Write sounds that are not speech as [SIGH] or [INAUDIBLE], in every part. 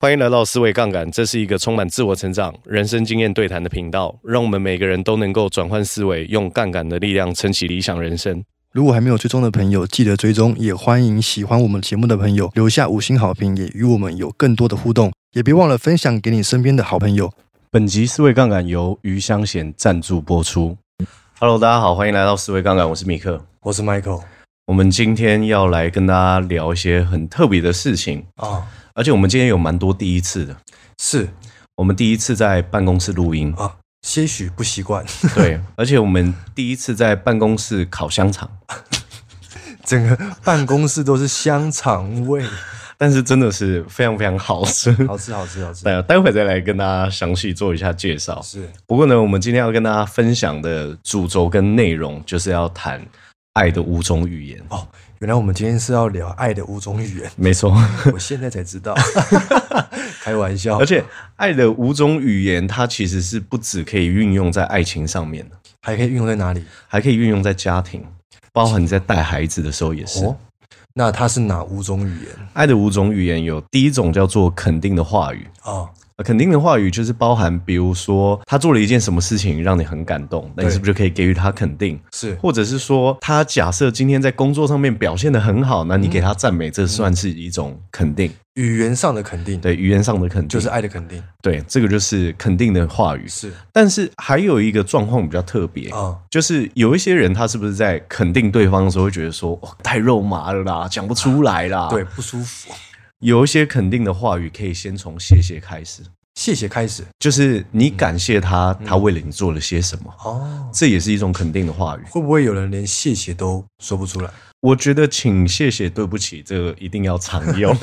欢迎来到思维杠杆，这是一个充满自我成长、人生经验对谈的频道，让我们每个人都能够转换思维，用杠杆的力量撑起理想人生。如果还没有追踪的朋友，记得追踪，也欢迎喜欢我们节目的朋友留下五星好评，也与我们有更多的互动，也别忘了分享给你身边的好朋友。本集思维杠杆由余香贤赞助播出。Hello，大家好，欢迎来到思维杠杆，我是米克。我是 Michael 我们今天要来跟大家聊一些很特别的事情，啊，而且我们今天有蛮多第一次的。是我们第一次在办公室录音，啊，些许不习惯， [LAUGHS] [LAUGHS] 对，而且我们第一次在办公室烤香肠，整个办公室都是香肠味， [LAUGHS] 但是真的是非常非常好吃。好吃好吃好吃，待待会再来跟大家详细做一下介绍。是不过呢，我们今天要跟大家分享的主轴跟内容，就是要谈爱的五种语言。哦，原来我们今天是要聊爱的五种语言， [LAUGHS] 没错，我现在才知道，开玩笑而，且爱的五种语言，它其实是不只可以运用在爱情上面的，还可以运用在哪里？还可以运用在家庭，包含你在带孩子的时候也是。哦，那它是哪五种语言？爱的五种语言有第一种叫做肯定的话语，哦，呃肯定的话语就是包含，比如说他做了一件什么事情让你很感动，那你对是不是就可以给予他肯定？是或者是说他假设今天在工作上面表现得很好，那你给他赞美，这算是一种肯定，语言上的肯定，，对语言上的肯定，就是爱的肯定，对这个就是肯定的话语。嗯是但是还有一个状况比较特别。啊，就是有一些人，他是不是在肯定对方的时候，会觉得说、哦、太肉麻了啦，讲不出来啦？对，，不舒服。有一些肯定的话语，可以先从谢谢开始，谢谢开始就是你感谢他，他为了你做了些什么，哦，这也是一种肯定的话语。会不会有人连谢谢都说不出来？我觉得请、谢谢、对不起，这个一定要常 [LAUGHS] 用。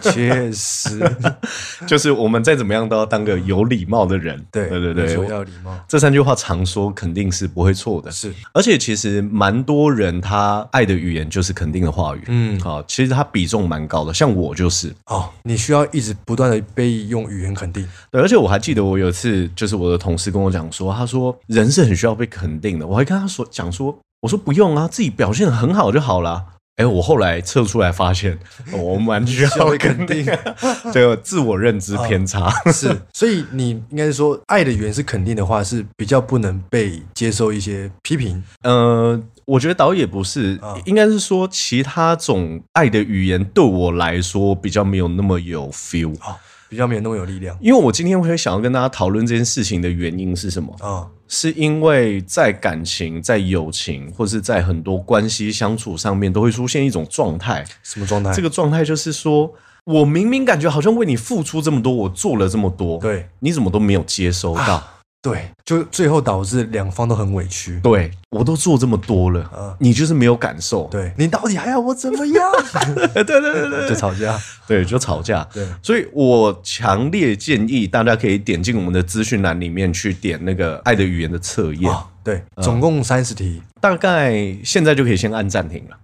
确实， [LAUGHS] 就是我们再怎么样都要当个有礼貌的人。对对没对错对，要礼貌这三句话常说肯定是不会错的。是，而且其实蛮多人他爱的语言就是肯定的话语。嗯，好，其实它比重蛮高的，像我就是，哦，你需要一直不断的被用语言肯定，对，而且我还记得我有一次，就是我的同事跟我讲说，他说人是很需要被肯定的，我还跟他说讲说，我说不用啊，自己表现得很好就好啦。哎，我后来测出来发现，哦我蛮需需要要被肯肯定 [LAUGHS] 的，这个自我认知偏差。是，所以你应该是说，爱的语言是肯定的话，是比较不能被接受一些批评，呃，我觉得导演不是，嗯应该是说其他种爱的语言对我来说比较没有那么有 feel。哦，比较没有那么有力量，因为我今天会想要跟大家讨论这件事情的原因是什么？哦，是因为在感情、在友情，或是在很多关系相处上面，都会出现一种状态。什么状态？这个状态就是说，我明明感觉好像为你付出这么多，我做了这么多，对啊你怎么都没有接收到？对，就最后导致两方都很委屈，对我都做这么多了，嗯你就是没有感受。 [LAUGHS] 对你到底还要我怎么样？对对对对就吵架， [LAUGHS] 对，就吵架。对所以我强烈建议大家可以点进我们的资讯栏里面去点那个《爱的语言》的测验，哦，对，总共三十题，大概现在就可以先按暂停了。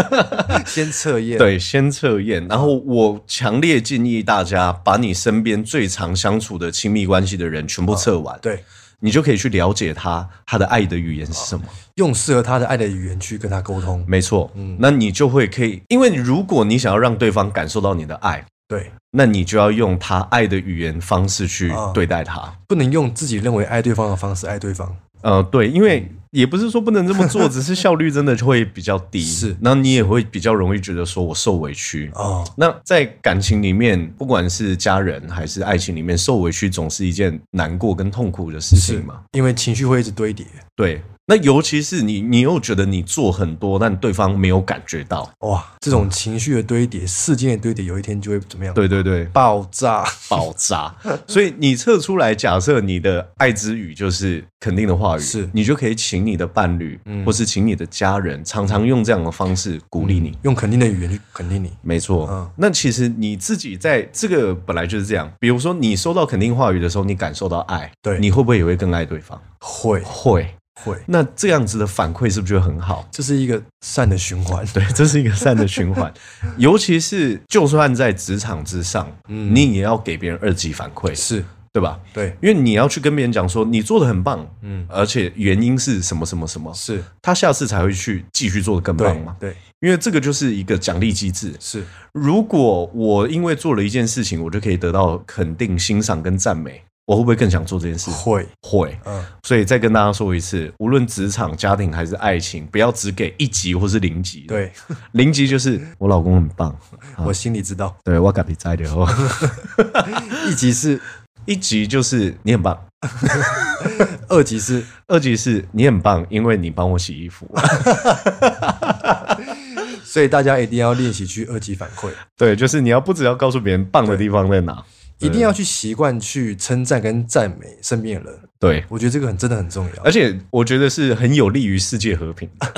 [LAUGHS] 先测验，对，先测验。然后我强烈建议大家把你身边最常相处的亲密关系的人全部测完，哦对，你就可以去了解他他的爱的语言是什么。用适合他的爱的语言去跟他沟通。没错，那你就会可以，因为如果你想要让对方感受到你的爱。对，那你就要用他爱的语言方式去啊对待他，不能用自己认为爱对方的方式爱对方。呃，对，因为嗯也不是说不能这么 [LAUGHS] 做，只是效率真的就会比较低。是然后你也会比较容易觉得说我受委屈。哦，那在感情里面，不管是家人还是爱情里面，受委屈总是一件难过跟痛苦的事情嘛。因为情绪会一直堆叠。对，那尤其是你，你又觉得你做很多，但对方没有感觉到。哇，这种情绪的堆叠，事件的堆叠，有一天就会怎么样？，对对对，爆炸。爆 [LAUGHS] 炸。所以你测出来，假设你的爱之语就是肯定的话语，是你就可以请你的伴侣，嗯或是请你的家人，常常用这样的方式鼓励你。用肯定的语言去肯定你。没错，嗯那其实你自己在这个本来就是这样。比如说，你收到肯定话语的时候，你感受到爱，对你会不会也会更爱对方？会会。会，那这样子的反馈是不是就很好？ [LAUGHS] 这是一个善的循环。对，这是一个善的循 [LAUGHS] 环。尤其是就算在职场之上，嗯你也要给别人二级反馈。是对吧？对，因为你要去跟别人讲说你做的很棒，嗯，而且原因是什么什么什么，是，他下次才会去继续做的更棒对嘛。对因为这个就是一个奖励机制。是，如果我因为做了一件事情，我就可以得到肯定、欣赏跟赞美，我会不会更想做这件事？会，会。哦嗯，所以再跟大家说一次，无论职场、家庭还是爱情，不要只给一级或是零级。， [LAUGHS] 对，零级就是我老公很棒，我心里知道，对我咖比在的 [LAUGHS] 哦。一级是，一级就是你很棒，二级是，二级是你很棒，因为你帮我洗衣 [LAUGHS] 服。所以大家一定要练习去二级反馈，对，就是你要不只要告诉别人棒的地方在哪，一定要去习惯去称赞跟赞美身边的人，对，我觉得这个很真的很重要而。且我觉得是很有利于世界和平。 [LAUGHS]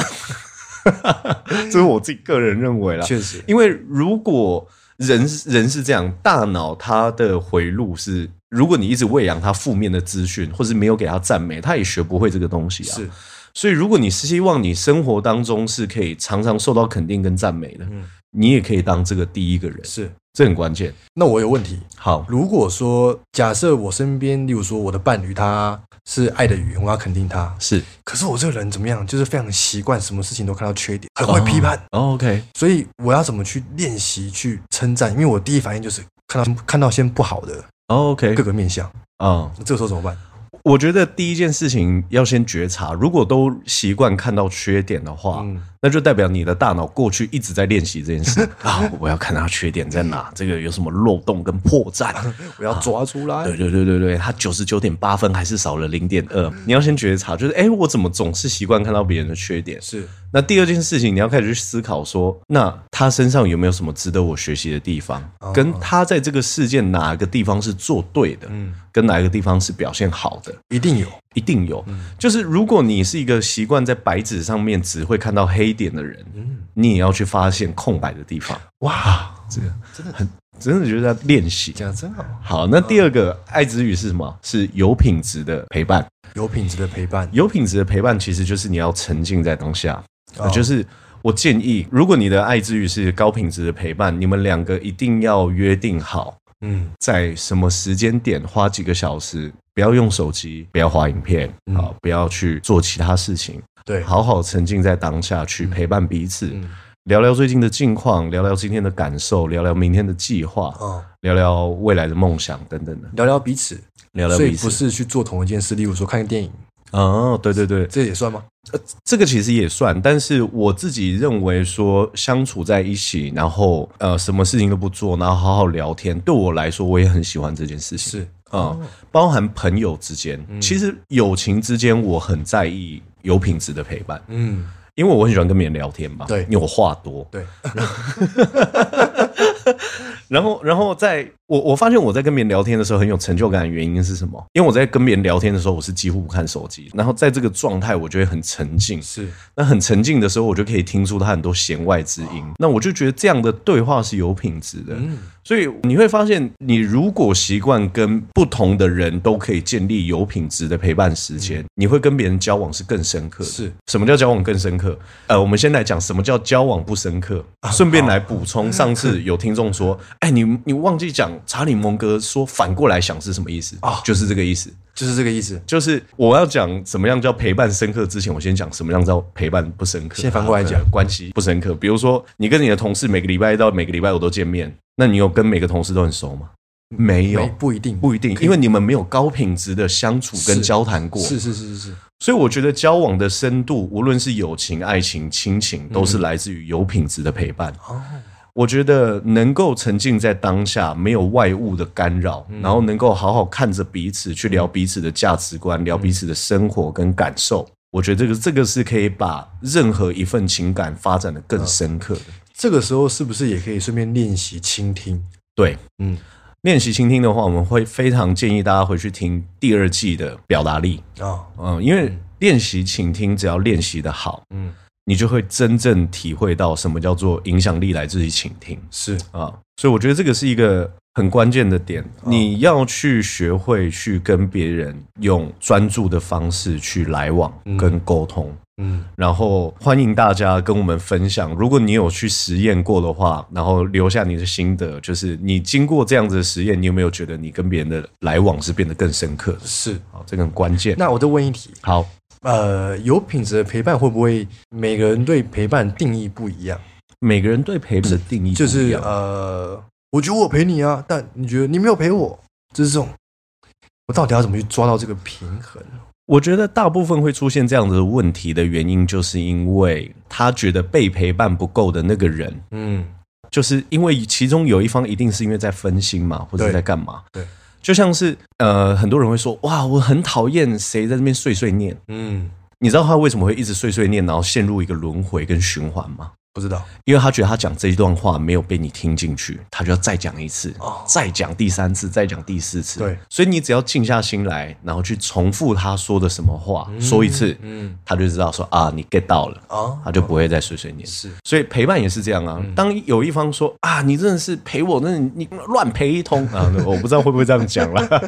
这是我自己个人认为啦，确实，因为如果人人是这样，大脑它的回路是，如果你一直喂养它负面的资讯，或是没有给它赞美，它也学不会这个东西啊。是，所以如果你是希望你生活当中是可以常常受到肯定跟赞美的，嗯你也可以当这个第一个人，是。这很关键。那我有问题，好，如果说假设我身边，例如说我的伴侣他是爱的语言，我要肯定他，是可是我这个人怎么样，就是非常习惯什么事情都看到缺点，很会批判，哦 OK，所以我要怎么去练习去称赞？因为我第一反应就是看到看到先不好的哦 OK，各个面相，啊、那这个时候怎么办？我觉得第一件事情要先觉察，如果都习惯看到缺点的话，嗯那就代表你的大脑过去一直在练习这件 [LAUGHS] 事啊，我要看它缺点在哪，这个有什么漏洞跟破 [LAUGHS] 绽。我要抓出来。对对对对对，它九十九点八分还是少了零点二，你要先觉察，就是哎，诶我怎么总是习惯看到别人的缺点？是那第二件事情，你要开始去思考说，那他身上有没有什么值得我学习的地方，哦跟他在这个事件哪个地方是做对的，嗯跟哪个地方是表现好的。一定有，一定有。就是如果你是一个习惯在白纸上面只会看到黑点的人，嗯，你也要去发现空白的地方。哇，这个真的很真的觉得要练习。讲得真好，好，那第二个爱之语是什么？是有品质的陪伴。有品质的陪伴，有品质的陪伴其实就是你要沉浸在当下，哦就是。我建议，如果你的爱之语是高品质的陪伴，你们两个一定要约定好，嗯在什么时间点花几个小时，不要用手机，不要滑影片，嗯好，不要去做其他事情，对，，好好沉浸在当下，去陪伴彼此，嗯聊聊最近的近况，聊聊今天的感受，聊聊明天的计划，哦，聊聊未来的梦想等等的，聊聊彼此，聊聊所彼以不此。是去做同一件事，例如说看个电影，哦，对对对，这也算吗？这个其实也算，但是我自己认为说相处在一起，然后呃什么事情都不做，然后好好聊天，对我来说我也很喜欢这件事情。是，啊、包含朋友之间，嗯其实友情之间我很在意有品质的陪伴，嗯，因为我很喜欢跟别人聊天嘛，对因为我话多，对，然后，然后在我我发现我在跟别人聊天的时候很有成就感的原因是什么？因为我在跟别人聊天的时候，我是几乎不看手机，然后在这个状态，我就会很沉静。是，那很沉静的时候，我就可以听出他很多弦外之音。那我就觉得这样的对话是有品质的。哦嗯，所以你会发现，你如果习惯跟不同的人都可以建立有品质的陪伴时间，你会跟别人交往是更深刻的。嗯是，什么叫交往更深刻？呃，我们先来讲什么叫交往不深刻，啊顺便来补充。上次有听众说，哎，你你忘记讲查理蒙哥说反过来想是什么意思哦就是这个意思。就是这个意思。就是我要讲怎么样叫陪伴深刻之前，我先讲什么样叫陪伴不深刻。先反过来讲呃关系不深刻。比如说，你跟你的同事每个礼拜一到每个礼拜五都见面，那你有跟每个同事都很熟吗？没有没，不一定，不一定，因为你们没有高品质的相处跟是交谈过。是是是是是，所以我觉得交往的深度，无论是友情、爱情、亲情，都是来自于有品质的陪伴。嗯哦，我觉得能够沉浸在当下，没有外物的干扰，嗯然后能够好好看着彼此，去聊彼此的价值观，嗯聊彼此的生活跟感受。我觉得这个这个是可以把任何一份情感发展的更深刻的。这个时候是不是也可以顺便练习倾听？对，嗯，练习倾听的话，我们会非常建议大家回去听第二季的表达力。啊，嗯，因为练习倾听，只要练习的好，嗯，你就会真正体会到什么叫做影响力来自于倾听是，啊。所以我觉得这个是一个很关键的点，啊你要去学会去跟别人用专注的方式去来往跟沟通。嗯，然后欢迎大家跟我们分享，如果你有去实验过的话，然后留下你的心得，就是你经过这样子的实验，你有没有觉得你跟别人的来往是变得更深刻的？是。好，这个很关键。那我再问一题，好，呃，有品质的陪伴会不会每个人对陪伴定义不一样？每个人对陪伴的定义就不一是样呃，我觉得我陪你啊，但你觉得你没有陪我，就是这种，我到底要怎么去抓到这个平衡？我觉得大部分会出现这样子的问题的原因，就是因为他觉得被陪伴不够的那个人，嗯，就是因为其中有一方一定是因为在分心嘛，或者对在干嘛？对，就像是呃，很多人会说，哇，我很讨厌谁在那边碎碎念。嗯，你知道他为什么会一直碎碎念，然后陷入一个轮回跟循环吗？不知道，因为他觉得他讲这一段话没有被你听进去，他就要再讲一次，哦再讲第三次，再讲第四次。对，所以你只要静下心来，然后去重复他说的什么话，说一次，嗯他就知道说啊，你 get 到了，啊，他就不会再碎碎念。是嗯所以陪伴也是这样啊。当有一方说啊，你真的是陪我，那你你乱陪一通啊，我不知道会不会这样讲 [LAUGHS] 啦。 [LAUGHS]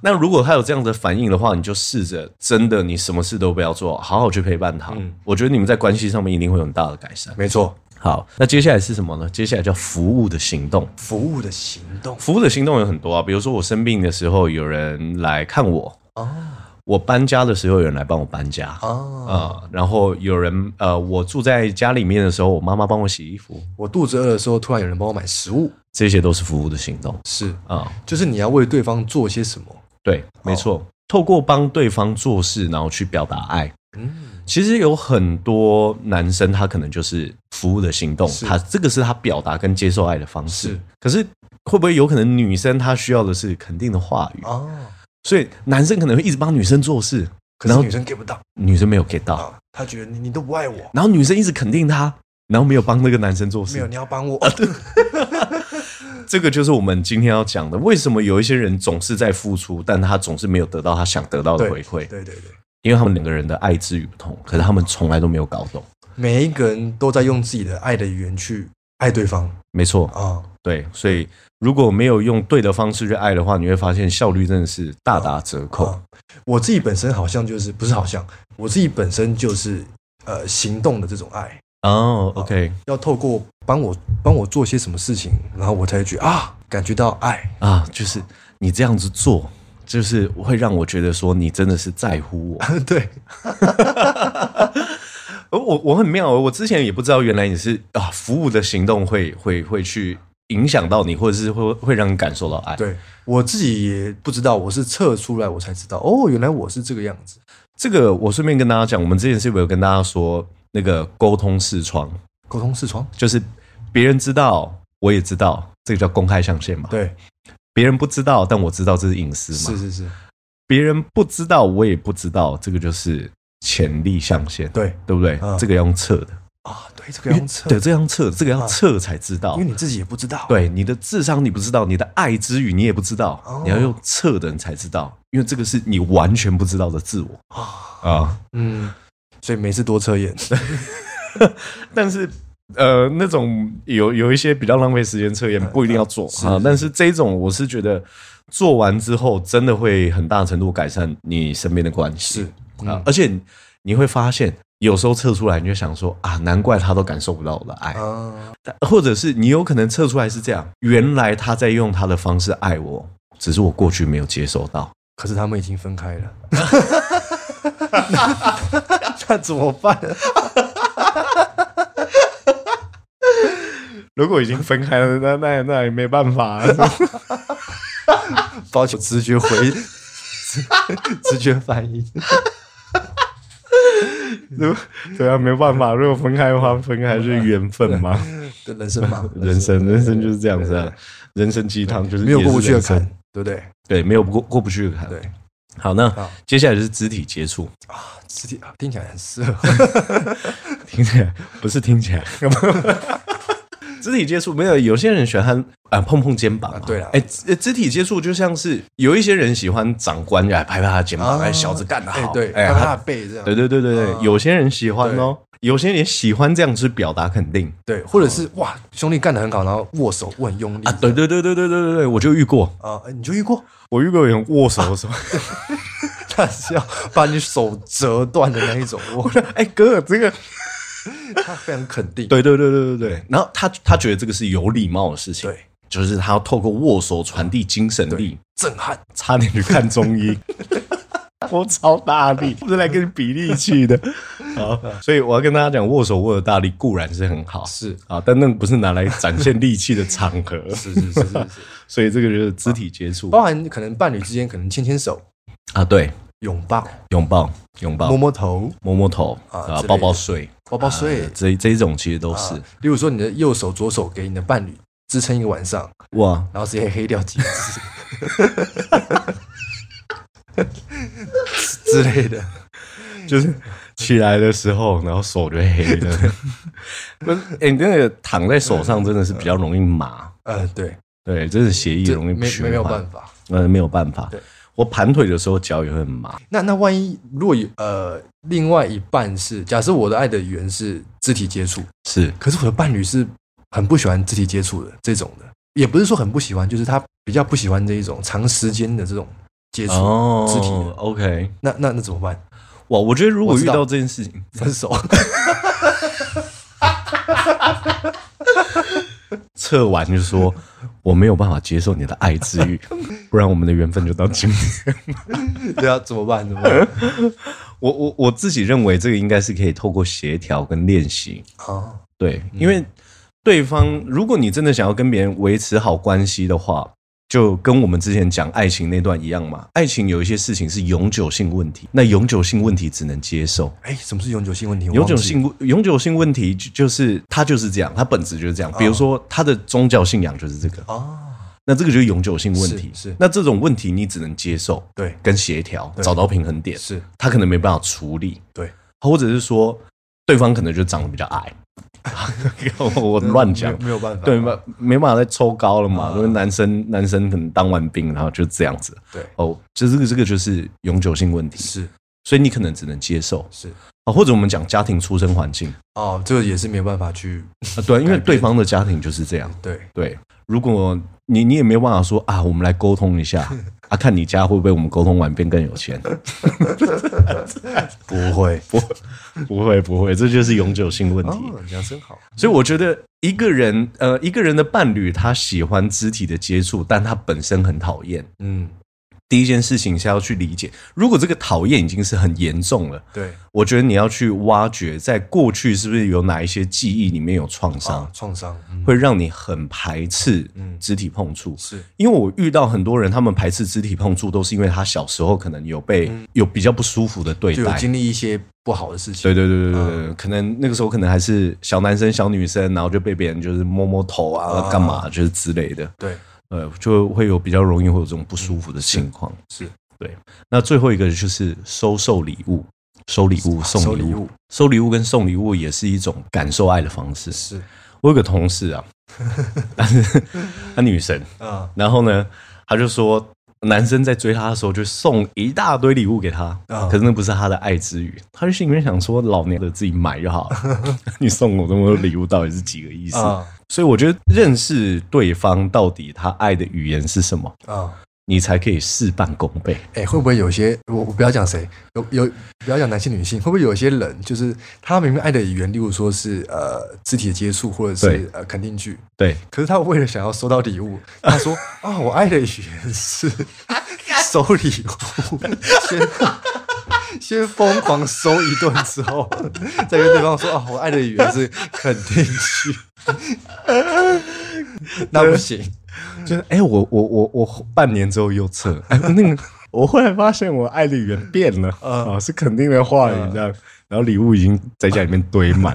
那如果他有这样的反应的话，你就试着真的，你什么事都不要做，好好去陪伴他。嗯我觉得你们在关系上面一定会有很大的改善。没错，好，那接下来是什么呢？接下来叫服务的行动。服务的行动服务的行动有很多啊，比如说我生病的时候有人来看我，我搬家的时候有人来帮我搬家，啊、啊，然后有人呃，我住在家里面的时候，我妈妈帮我洗衣服，我肚子饿的时候，突然有人帮我买食物，这些都是服务的行动是，啊、就是你要为对方做些什么，对，没错，透过帮对方做事，然后去表达爱。嗯，其实有很多男生，他可能就是服务的行动，是他这个是他表达跟接受爱的方式。是可是会不会有可能女生她需要的是肯定的话语？哦，所以男生可能会一直帮女生做事，可然是后女生 get 不到女生没有 get 到，啊，她觉得你你都不爱我，然后女生一直肯定他，然后没有帮那个男生做没有，事。你要帮我，啊 [LAUGHS] 这个就是我们今天要讲的，为什么有一些人总是在付出，但他总是没有得到他想得到的回对馈，对对对，因为他们两个人的爱之与不同，可是他们从来都没有搞懂。每一个人都在用自己的爱的语言去爱对方没错，啊，对，所以如果没有用对的方式去爱的话，你会发现效率真的是大打折扣啊。我自己本身好像就是不是好像，我自己本身就是呃行动的这种爱，哦，OK 要透过帮我帮我做些什么事情，然后我才觉得啊感觉到爱， [LAUGHS] 啊，就是你这样子做，就是会让我觉得说你真的是在乎我。对，呃我我很妙 [LAUGHS] 哦，我之前也不知道，原来你是啊，服务的行动会会会去影响到你，或者是会会让你感受到爱。，对我自己也不知道，我是测出来我才知道，哦，原来我是这个样子。这个我顺便跟大家讲，我们之前是不是有跟大家说那个沟通视窗，沟通视窗，就是别人知道，我也知道，这个叫公开象限嘛。，对，别人不知道，但我知道这是隐私嘛。是是是，别人不知道，我也不知道，这个就是潜力象限，对对不对？嗯这个要用测的，啊，对，这个要测，嗯对，这个要测，这个要测才知道。因为你自己也不知道，，对你的智商你不知道，你的爱之语你也不知道，哦你要用测的人才知道，因为这个是你完全不知道的自我啊，啊。嗯，所以每次多测验，但是呃，那种有有一些比较浪费时间测验不一定要做是啊是，但是这种我是觉得做完之后真的会很大程度改善你身边的关系是嗯啊，而且你会发现。有时候测出来，你就想说啊，难怪他都感受不到我的爱，啊，或者是你有可能测出来是这样，原来他在用他的方式爱我，只是我过去没有接收到。 [LAUGHS] 可是他们已经分开了，那怎么办？ [LAUGHS] 如果已经分开了，那那那也没办法、啊保求直觉回，直觉反应， [LAUGHS] 对啊，没办法。如果分开的话，分开是缘分嘛，对人生 [LAUGHS] 嘛， [LAUGHS] 人生人生就是这样子啊。人生鸡汤就是没有过不去的也是人坎生，对不对？对，没有过过不去的坎。对，好，那好接下来就是肢体接触，肢体啊听起来很适合，听起来不是听起来。 [LAUGHS] 肢体接触没有，有些人喜欢啊、碰碰肩膀嘛、啊对啦哎、肢肢体接触就像是有一些人喜欢长官来拍拍他的肩膀，哎、小子干得哎好，对，哎、拍拍他啊他的背这样，对对对对对，有些人喜欢哦，有些人也喜欢这样子表达肯定对，或者是哇，兄弟干得很好，然后握手握很用力嗯啊，对对对对对对对对，我就遇过，啊，你就遇过，我遇过有人握手的时候， [LAUGHS] 他是要把你手折断的那一种 [LAUGHS] 握，哎、哥这个，他非常肯定，对对对对对对，然后他他觉得这个是有礼貌的事情，对，就是他要透过握手传递精神力，震撼，差点去看中 [LAUGHS] 医。我超大力，不是来跟你比力气 [LAUGHS] 的。好，所以我要跟大家讲，握手握的大力固然是很好，是啊，但那个不是拿来展现力气的场合。是啊是是是是，所以这个就是肢体接触 [LAUGHS] 包含可能伴侣之间可能牵牵手、啊，对，拥抱、拥抱、拥抱、摸摸摸头、摸头啊啊之类，的抱抱睡，抱抱睡啊，这这一种其实都是啊，例如说你的右手、左手给你的伴侣支撑一个晚上，哇，然后直接黑掉几次 [LAUGHS] 之类的，就是起来的时候，然后手就黑了。 [LAUGHS] 不是，哎，你那个躺在手上真的是比较容易麻，呃，对，对，真是血液这容易没循没环有办法。呃，没有办法对。我盘腿的时候脚也会很麻，那那万一如果有呃另外一半是，假设我的爱的语言是肢体接触，是可是我的伴侣是很不喜欢肢体接触的这种的，也不是说很不喜欢，就是他比较不喜欢这一种长时间的这种接触。哦肢体的 OK，那那那怎 [LAUGHS] 么办？哇，我觉得如果我遇知道到这件事情，分手？测完就说我没有办法接受你的爱之欲，不然我们的缘分就到今天。对啊，怎么办？怎 [LAUGHS] 么办？我我我自己认为这个应该是可以透过协调跟练习，啊，对，因为对方如果你真的想要跟别人维持好关系的话。就跟我们之前讲爱情那段一样嘛，爱情有一些事情是永久性问题，那永久性问题只能接受，哎，什么是永久性问题？我永忘记久性永久性问题就就是它就是这样，它本质就是这样。比如说他的宗教信仰就是这个，啊，那这个就是永久性问题。是是那这种问题你只能接受，对，跟协调，对找到平衡点。是他可能没办法处理，对，或者是说对方可能就长得比较矮， [LAUGHS] 我乱讲没有。没有办法，嗯对，没没办法再抽高了嘛啊？因为男生男生可能当完兵，然后就这样子对，哦，就这个这个就是永久性问题，是所以你可能只能接受是啊，或者我们讲家庭出生环境，哦，这个也是没有办法去啊，对，因为对方的家庭就是这样。对对，如果你你也没有办法说啊，我们来沟通一 [LAUGHS] 下啊，看你家会不会我们沟通完变更有钱？不会不，不会，不会，这就是永久性问题。哦，讲真好，所以我觉得一个人，呃，一个人的伴侣，他喜欢肢体的接触，但他本身很讨厌。嗯，第一件事情是要去理解，如果这个讨厌已经是很严重了，对我觉得你要去挖掘，在过去是不是有哪一些记忆里面有创伤。啊，创伤嗯会让你很排斥嗯肢体碰触，是因为我遇到很多人，他们排斥肢体碰触，都是因为他小时候可能有被、有比较不舒服的对嗯就有待。经历一些不好的事情，对对对对对嗯对，可能那个时候可能还是小男生、小女生，然后就被别人就是摸摸头啊、啊干嘛就是之类的，对呃，就会有比较容易会有这种不舒服的情况。是那最后一个就是收受礼物，收礼物、送礼礼物，收礼物跟送礼物也是一种感受爱的方式。是我有个同事啊， [LAUGHS] 她女神，啊然后呢，他就说男生在追她的时候就送一大堆礼物给她，啊可是那不是她的爱之语，他就心里面想说老娘的自己买就好了， [LAUGHS] 你送我这么多礼物到底是几个意思？啊所以我觉得认识对方到底他爱的语言是什么，啊，你才可以事半功倍。哎，会不会有些我我不要讲谁，有有不要讲男性女性，会不会有些人就是他明明爱的语言，例如说是呃肢体的接触或者对是呃肯定句，对，可是他为了想要收到礼 [LAUGHS] 物，他说啊，我爱的语言是收礼物， [LAUGHS] 先先疯狂收一顿之后， [LAUGHS] 再跟对方说啊，我爱的语言是肯定句， [LAUGHS] 那不行，就是哎、我我我我半年之后又测，哎、 [LAUGHS] 那个我后来发现我爱的语言变了，嗯啊，是肯定的话语这样，然后礼物已经在家里面堆满。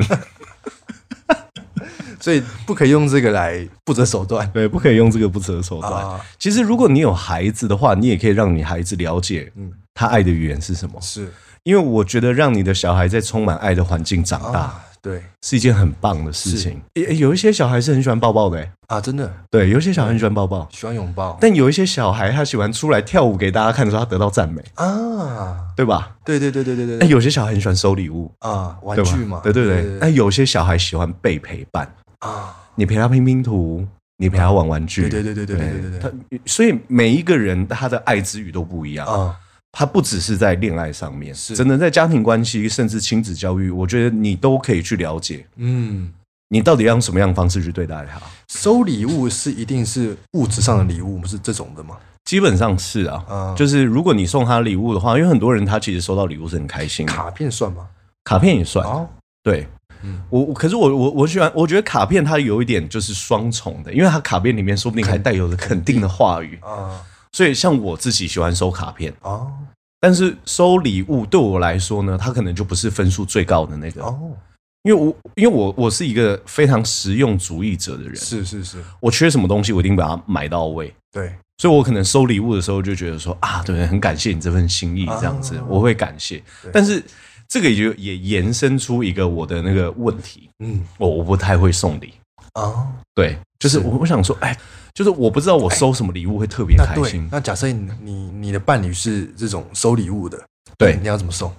所以不可以用这个来不择手段对，不可以用这个不择手段。啊，其实，如果你有孩子的话，你也可以让你孩子了解，嗯他爱的语言是什么。是因为我觉得，让你的小孩在充满爱的环境长大，啊，对是一件很棒的事情。诶诶有一些小孩是很喜欢抱抱的、诶啊，真的对，有一些小孩很喜欢抱抱，喜欢拥抱但有一些小孩他喜欢出来跳舞给大家看的时候，他得到赞美，啊，对吧？对对对对对对那对有些小孩很喜欢收礼物，啊，玩哎对吧具嘛，对对对。那对有些小孩喜欢被陪伴，啊，你陪他拼拼图，你陪他玩玩具，对对对对对对对对他所以每一个人他的爱之语都不一样。啊，哎他不只是在恋爱上面，是真的在家庭关系，甚至亲子教育，我觉得你都可以去了解，嗯。你到底要用什么样的方式去对待他。收礼物是一定是物质上的礼物，是这种的吗？基本上是啊，啊就是如果你送他礼物的话，因为很多人他其实收到礼物是很开心的，卡片算吗？卡片也算。哦，对，嗯我我可是我我我喜欢，我觉得卡片它有一点就是双重的，因为它卡片里面说不定还带有着肯定的话语，啊所以像我自己喜欢收卡片，哦但是收礼物对我来说呢，它可能就不是分数最高的那个，哦，因为我因为我我是一个非常实用主义者的人，是是是，我缺什么东西我一定把它买到位。对，所以我可能收礼物的时候就觉得说啊，对，很感谢你这份心意，这样子、啊我会感谢。但是这个也就也延伸出一个我的那个问题，嗯我我不太会送礼，哦，对，就是我我想说，哎，就是我不知道我收什么礼物会特别哎开那对心，，那假设你你你的伴侣是这种收礼物的，对你要怎么送？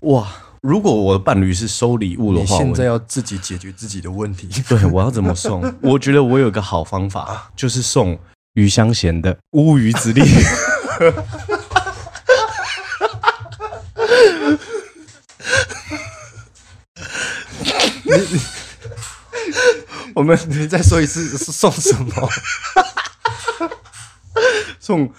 哇。如果我的伴侣是收礼物的你话，现在我要自己解决自己的问题 [LAUGHS] 对 [LAUGHS] 我要怎么送？我觉得我有一个好方法，就是送余香贤的《乌鱼 [LAUGHS] 子粒》。我们你再说一次是送什么？送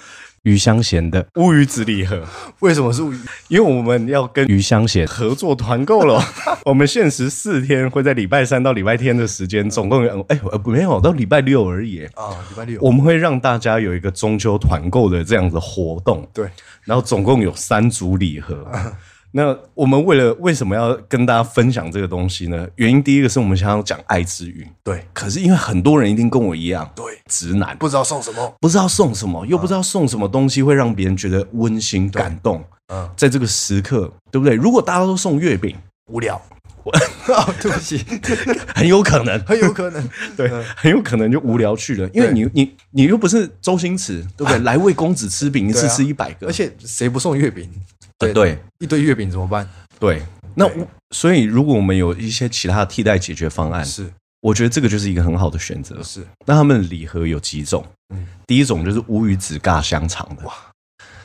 余香贤的乌鱼子礼盒，为什么是因为我们要跟余香贤合作团购了。 [LAUGHS] 我们限时四天，会在礼拜三到礼拜天的时间，总共有哎、呃没有到礼拜六而已。啊？礼拜六我们会让大家有一个中秋团购的这样子活动，对然后总共有三组礼盒。那我们为了为什么要跟大家分享这个东西呢？原因第一个是我们想要讲爱之语，对可是因为很多人一定跟我一样，对，直男不知道送什么，不知道送什么，又不知道送什么东西会让别人觉得温馨感动。嗯，在这个时刻，对不对？如果大家都送月饼，无聊。 [LAUGHS] 哦，对不起，很有可能，很有可能，嗯对，很有可能就无聊去了，因为你你你又不是周星驰，对不 [LAUGHS] 对？来为公子吃饼，一次对啊吃一百个，而且谁不送月饼？呃对一堆月饼怎么办？对，那对我所以如果我们有一些其他的替代解决方案，是我觉得这个就是一个很好的选择。是，那他们的礼盒有几种？嗯第一种就是乌鱼子尬香肠的。哇，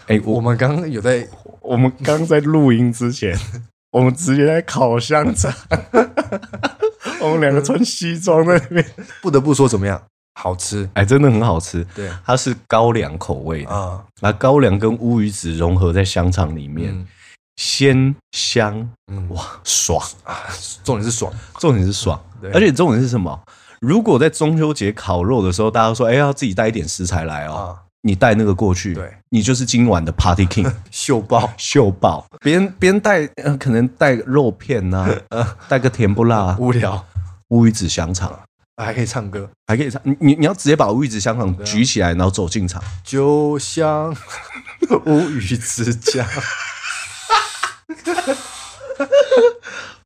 哎、我我们刚刚有在我们刚在录音之 [LAUGHS] 前，我们直接在烤香 [LAUGHS] 肠，我们两个穿西装在那边，不得不说怎么样，好吃，哎，真的很好吃。对啊它是高粱口味的，啊，那、高粱跟乌鱼子融合在香肠里面，嗯鲜香嗯哇哇爽。啊，重点是爽，重点是爽对，而且重点是什么？如果在中秋节烤肉的时候，大家都说：“哎、要自己带一点食材来哦。啊你带那个过去，对你就是今晚的 Party King， [LAUGHS] 秀爆，秀爆！别人别人带、呃可能带肉片 [LAUGHS] 呐、啊，带个甜不辣、无聊，乌鱼子香肠，还可以唱歌，还可以唱。你你你要直接把乌鱼子香肠举起来，然后走进场。就像无语之家，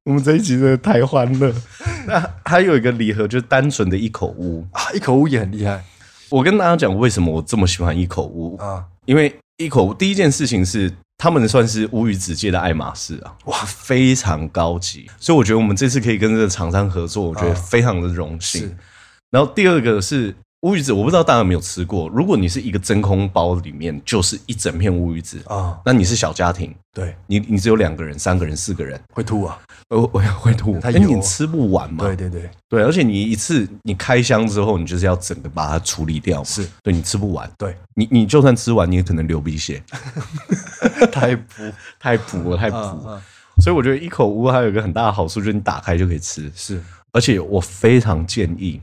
我们这一集真的太欢乐。 [LAUGHS] 那还有一个礼盒，就是单纯的一口乌。啊，一口无也很厉害我跟大家讲，为什么我这么喜欢一口乌？啊，因为一口第一件事情是他们算是无与子界的爱马仕啊，哇，非常高级，所以我觉得我们这次可以跟这个厂商合作，我觉得非常的荣幸。是然后第二个是乌鱼子，我不知道大家有没有吃过，如果你是一个真空包里面就是一整片乌鱼子，啊，那你是小家庭，对，你你只有两个人、三个人、四个人，会吐啊，我我呃会吐，太因油为你吃不完嘛，对对对，对，而且你一次你开箱之后，你就是要整个把它处理掉嘛，是对你吃不完，对，你你就算吃完，你也可能流鼻血，太补，太补 [LAUGHS] 了，太补啊了。啊，所以我觉得一口乌还有一个很大的好处，就是你打开就可以吃。是而且我非常建议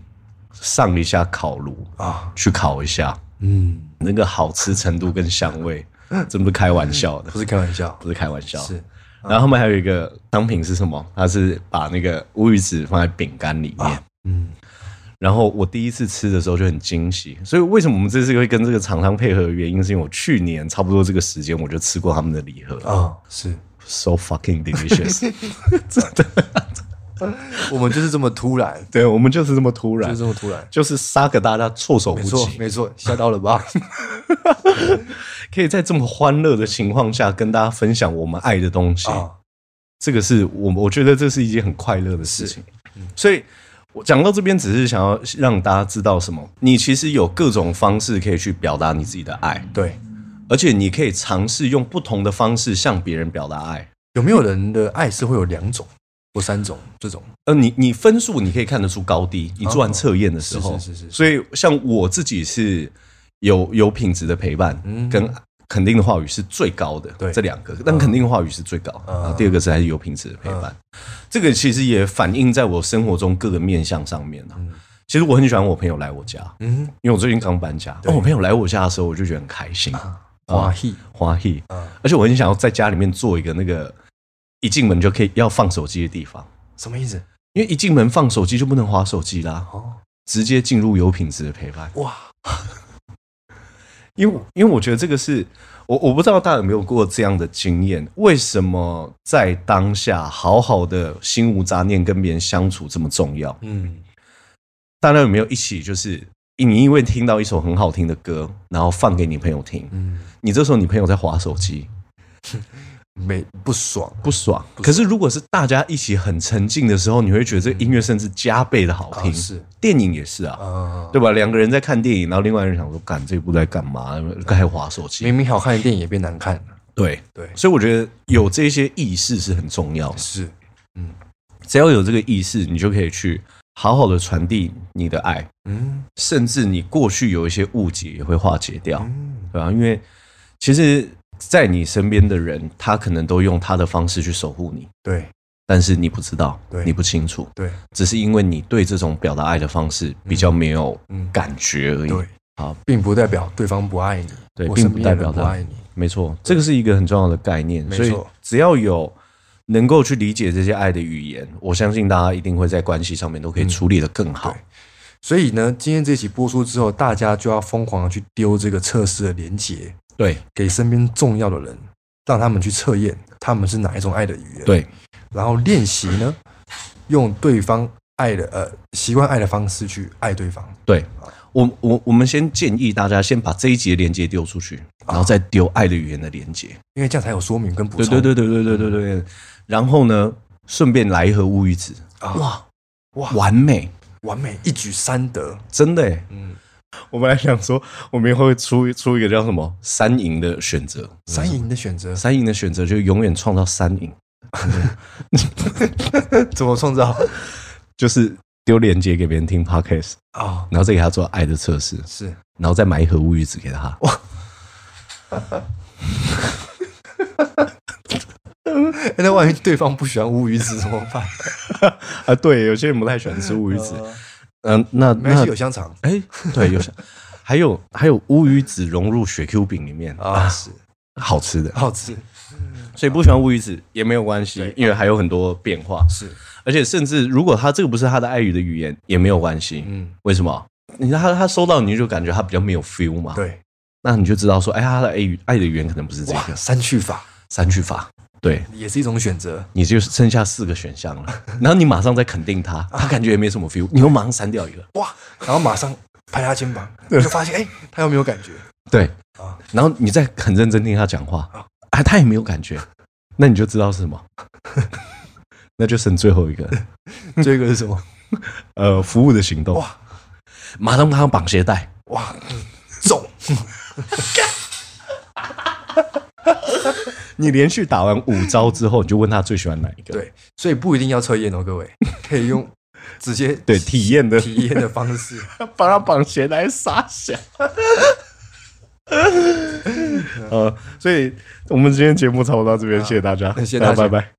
上一下烤炉啊，去烤一下，嗯，那个好吃程度跟香 [LAUGHS] 味，这不是开玩笑的不，是开玩笑，不是开玩笑。嗯是。嗯然后他们还有一个商品是什么？它是把那个乌鱼子放在饼干里面。嗯，然后我第一次吃的时候就很惊喜，所以为什么我们这次会跟这个厂商配合的原因，是因为我去年差不多这个时间我就吃过他们的礼盒啊，是 [LAUGHS] so fucking delicious，真的。我们就是这么突然，对我们就是这么突就然是，这么突然。就是杀个大家措手不没错，及，没错，吓到了吧？可以在这么欢乐的情况下跟大家分享我们爱的东西，啊，这个是我我觉得这是一件很快乐的事情。所以我讲到这边，只是想要让大家知道什么，你其实有各种方式可以去表达你自己的爱，对，而且你可以尝试用不同的方式向别人表达爱。有没有人的爱是会有两种或三种这种？呃，你你分数你可以看得出高低，你做完测验的时候，哦是是是是所以像我自己是有有品质的陪伴，嗯跟肯定的话语是最高的，对这两个，但肯定的话语是最高，嗯然后第二个是还是有品质的陪伴，这个其实也反映在我生活中各个面向上面啊。其实我很喜欢我朋友来我家，嗯，因为我最近刚搬家，哦我朋友来我家的时候，我就觉得很开心，嗯花艺欢喜，啊，而且我很想要在家里面做一个那个一进门就可以要放手机的地方。什么意思？因为一进门放手机就不能划手机啦，哦，直接进入有品质的陪伴。哇，因为因为我觉得这个是我我不知道大家有没有过这样的经验，为什么在当下好好的心无杂念跟别人相处这么重要？嗯，大家有没有一起就是？你因为听到一首很好听的歌，然后放给你朋友听，嗯你这时候你朋友在划手机，没不爽，不爽。可是如果是大家一起很沉浸的时候，你会觉得这个音乐甚至加倍的好听。啊是电影也是啊，啊，对吧？两个人在看电影，然后另外一个人想说：“干这部在干嘛？该划手机。明明好看的电影也变难看了，”对，对，所以我觉得有这些意识是很重要的。是只要有这个意识，你就可以去好好的传递你的爱，嗯甚至你过去有一些误解也会化解掉，嗯，对吧、因为其实，在你身边的人，他可能都用他的方式去守护你，对但是你不知道对，你不清楚，对只是因为你对这种表达爱的方式比较没有嗯感觉而已。对，好，并不代表对方不爱你，对我并身不边代的人表不他爱你，没错，这个是一个很重要的概念，没所错以只要有能够去理解这些爱的语言，我相信大家一定会在关系上面都可以处理得更好。对所以呢，今天这期播出之后，大家就要疯狂的去丢这个测试的连结对给身边重要的人，让他们去测验他们是哪一种爱的语言。对然后练习呢，用对方爱的呃习惯爱的方式去爱对方。对，我我我们先建议大家先把这一集的连接丢出去，然后再丢爱的语言的连接。因为这样才有说明跟补对对充。对对对对对对。然后呢，顺便来一盒乌鱼子，啊哇哇完美，完美一举三得。真的耶。嗯，我本来想说，我们以后会出出一个叫什么三赢的选择，三赢的选择三赢的选择就永远创造三赢。怎么创造就是丢链接给别人听 podcast，啊？然后再给他做爱的测试，是然后再买一盒乌鱼子给他。哇，哎那万一对方不喜欢乌鱼子怎么 [LAUGHS] 办？哦啊，对，有些人不太喜欢吃乌鱼子。 [LAUGHS] 嗯、那没关那系，有香肠哎，对，有想，还有还有乌鱼子融入雪 Q 饼里面啊，啊，是好吃的。好吃所以不喜欢乌鱼子也没有关系对，因为还有很多变化。是而且甚至如果他这个不是他的爱语的语言也没有关系。嗯为什么？你他他收到你就感觉他比较没有 feel 嘛？，对那你就知道说，哎，他的爱语爱的语言可能不是这哇个三去法三句法。对，也是一种选择你就剩下四个选项了， [LAUGHS] 然后你马上再肯定他，他感觉也没什么 feel，你又马上删掉一个，哇，然后马上拍他肩膀，你就发现哎他又没有感觉对啊，然后你再很认真听他讲话，啊，他也没有感觉，那你就知道是什么， [LAUGHS] 那就剩最后一个，这个是什么？呃，服务的行动，哇马上帮他绑鞋带，哇嗯中你连续打完五招之后，你就问他最喜欢哪一个，对，所以不一定要测验哦，各位可以用直接对，体验 [LAUGHS] 的，体验的方式。帮他绑鞋带傻 [LAUGHS] 笑。 [LAUGHS] 呃，所以我们今天节目差不多到这边，谢谢大家，谢谢大家拜拜。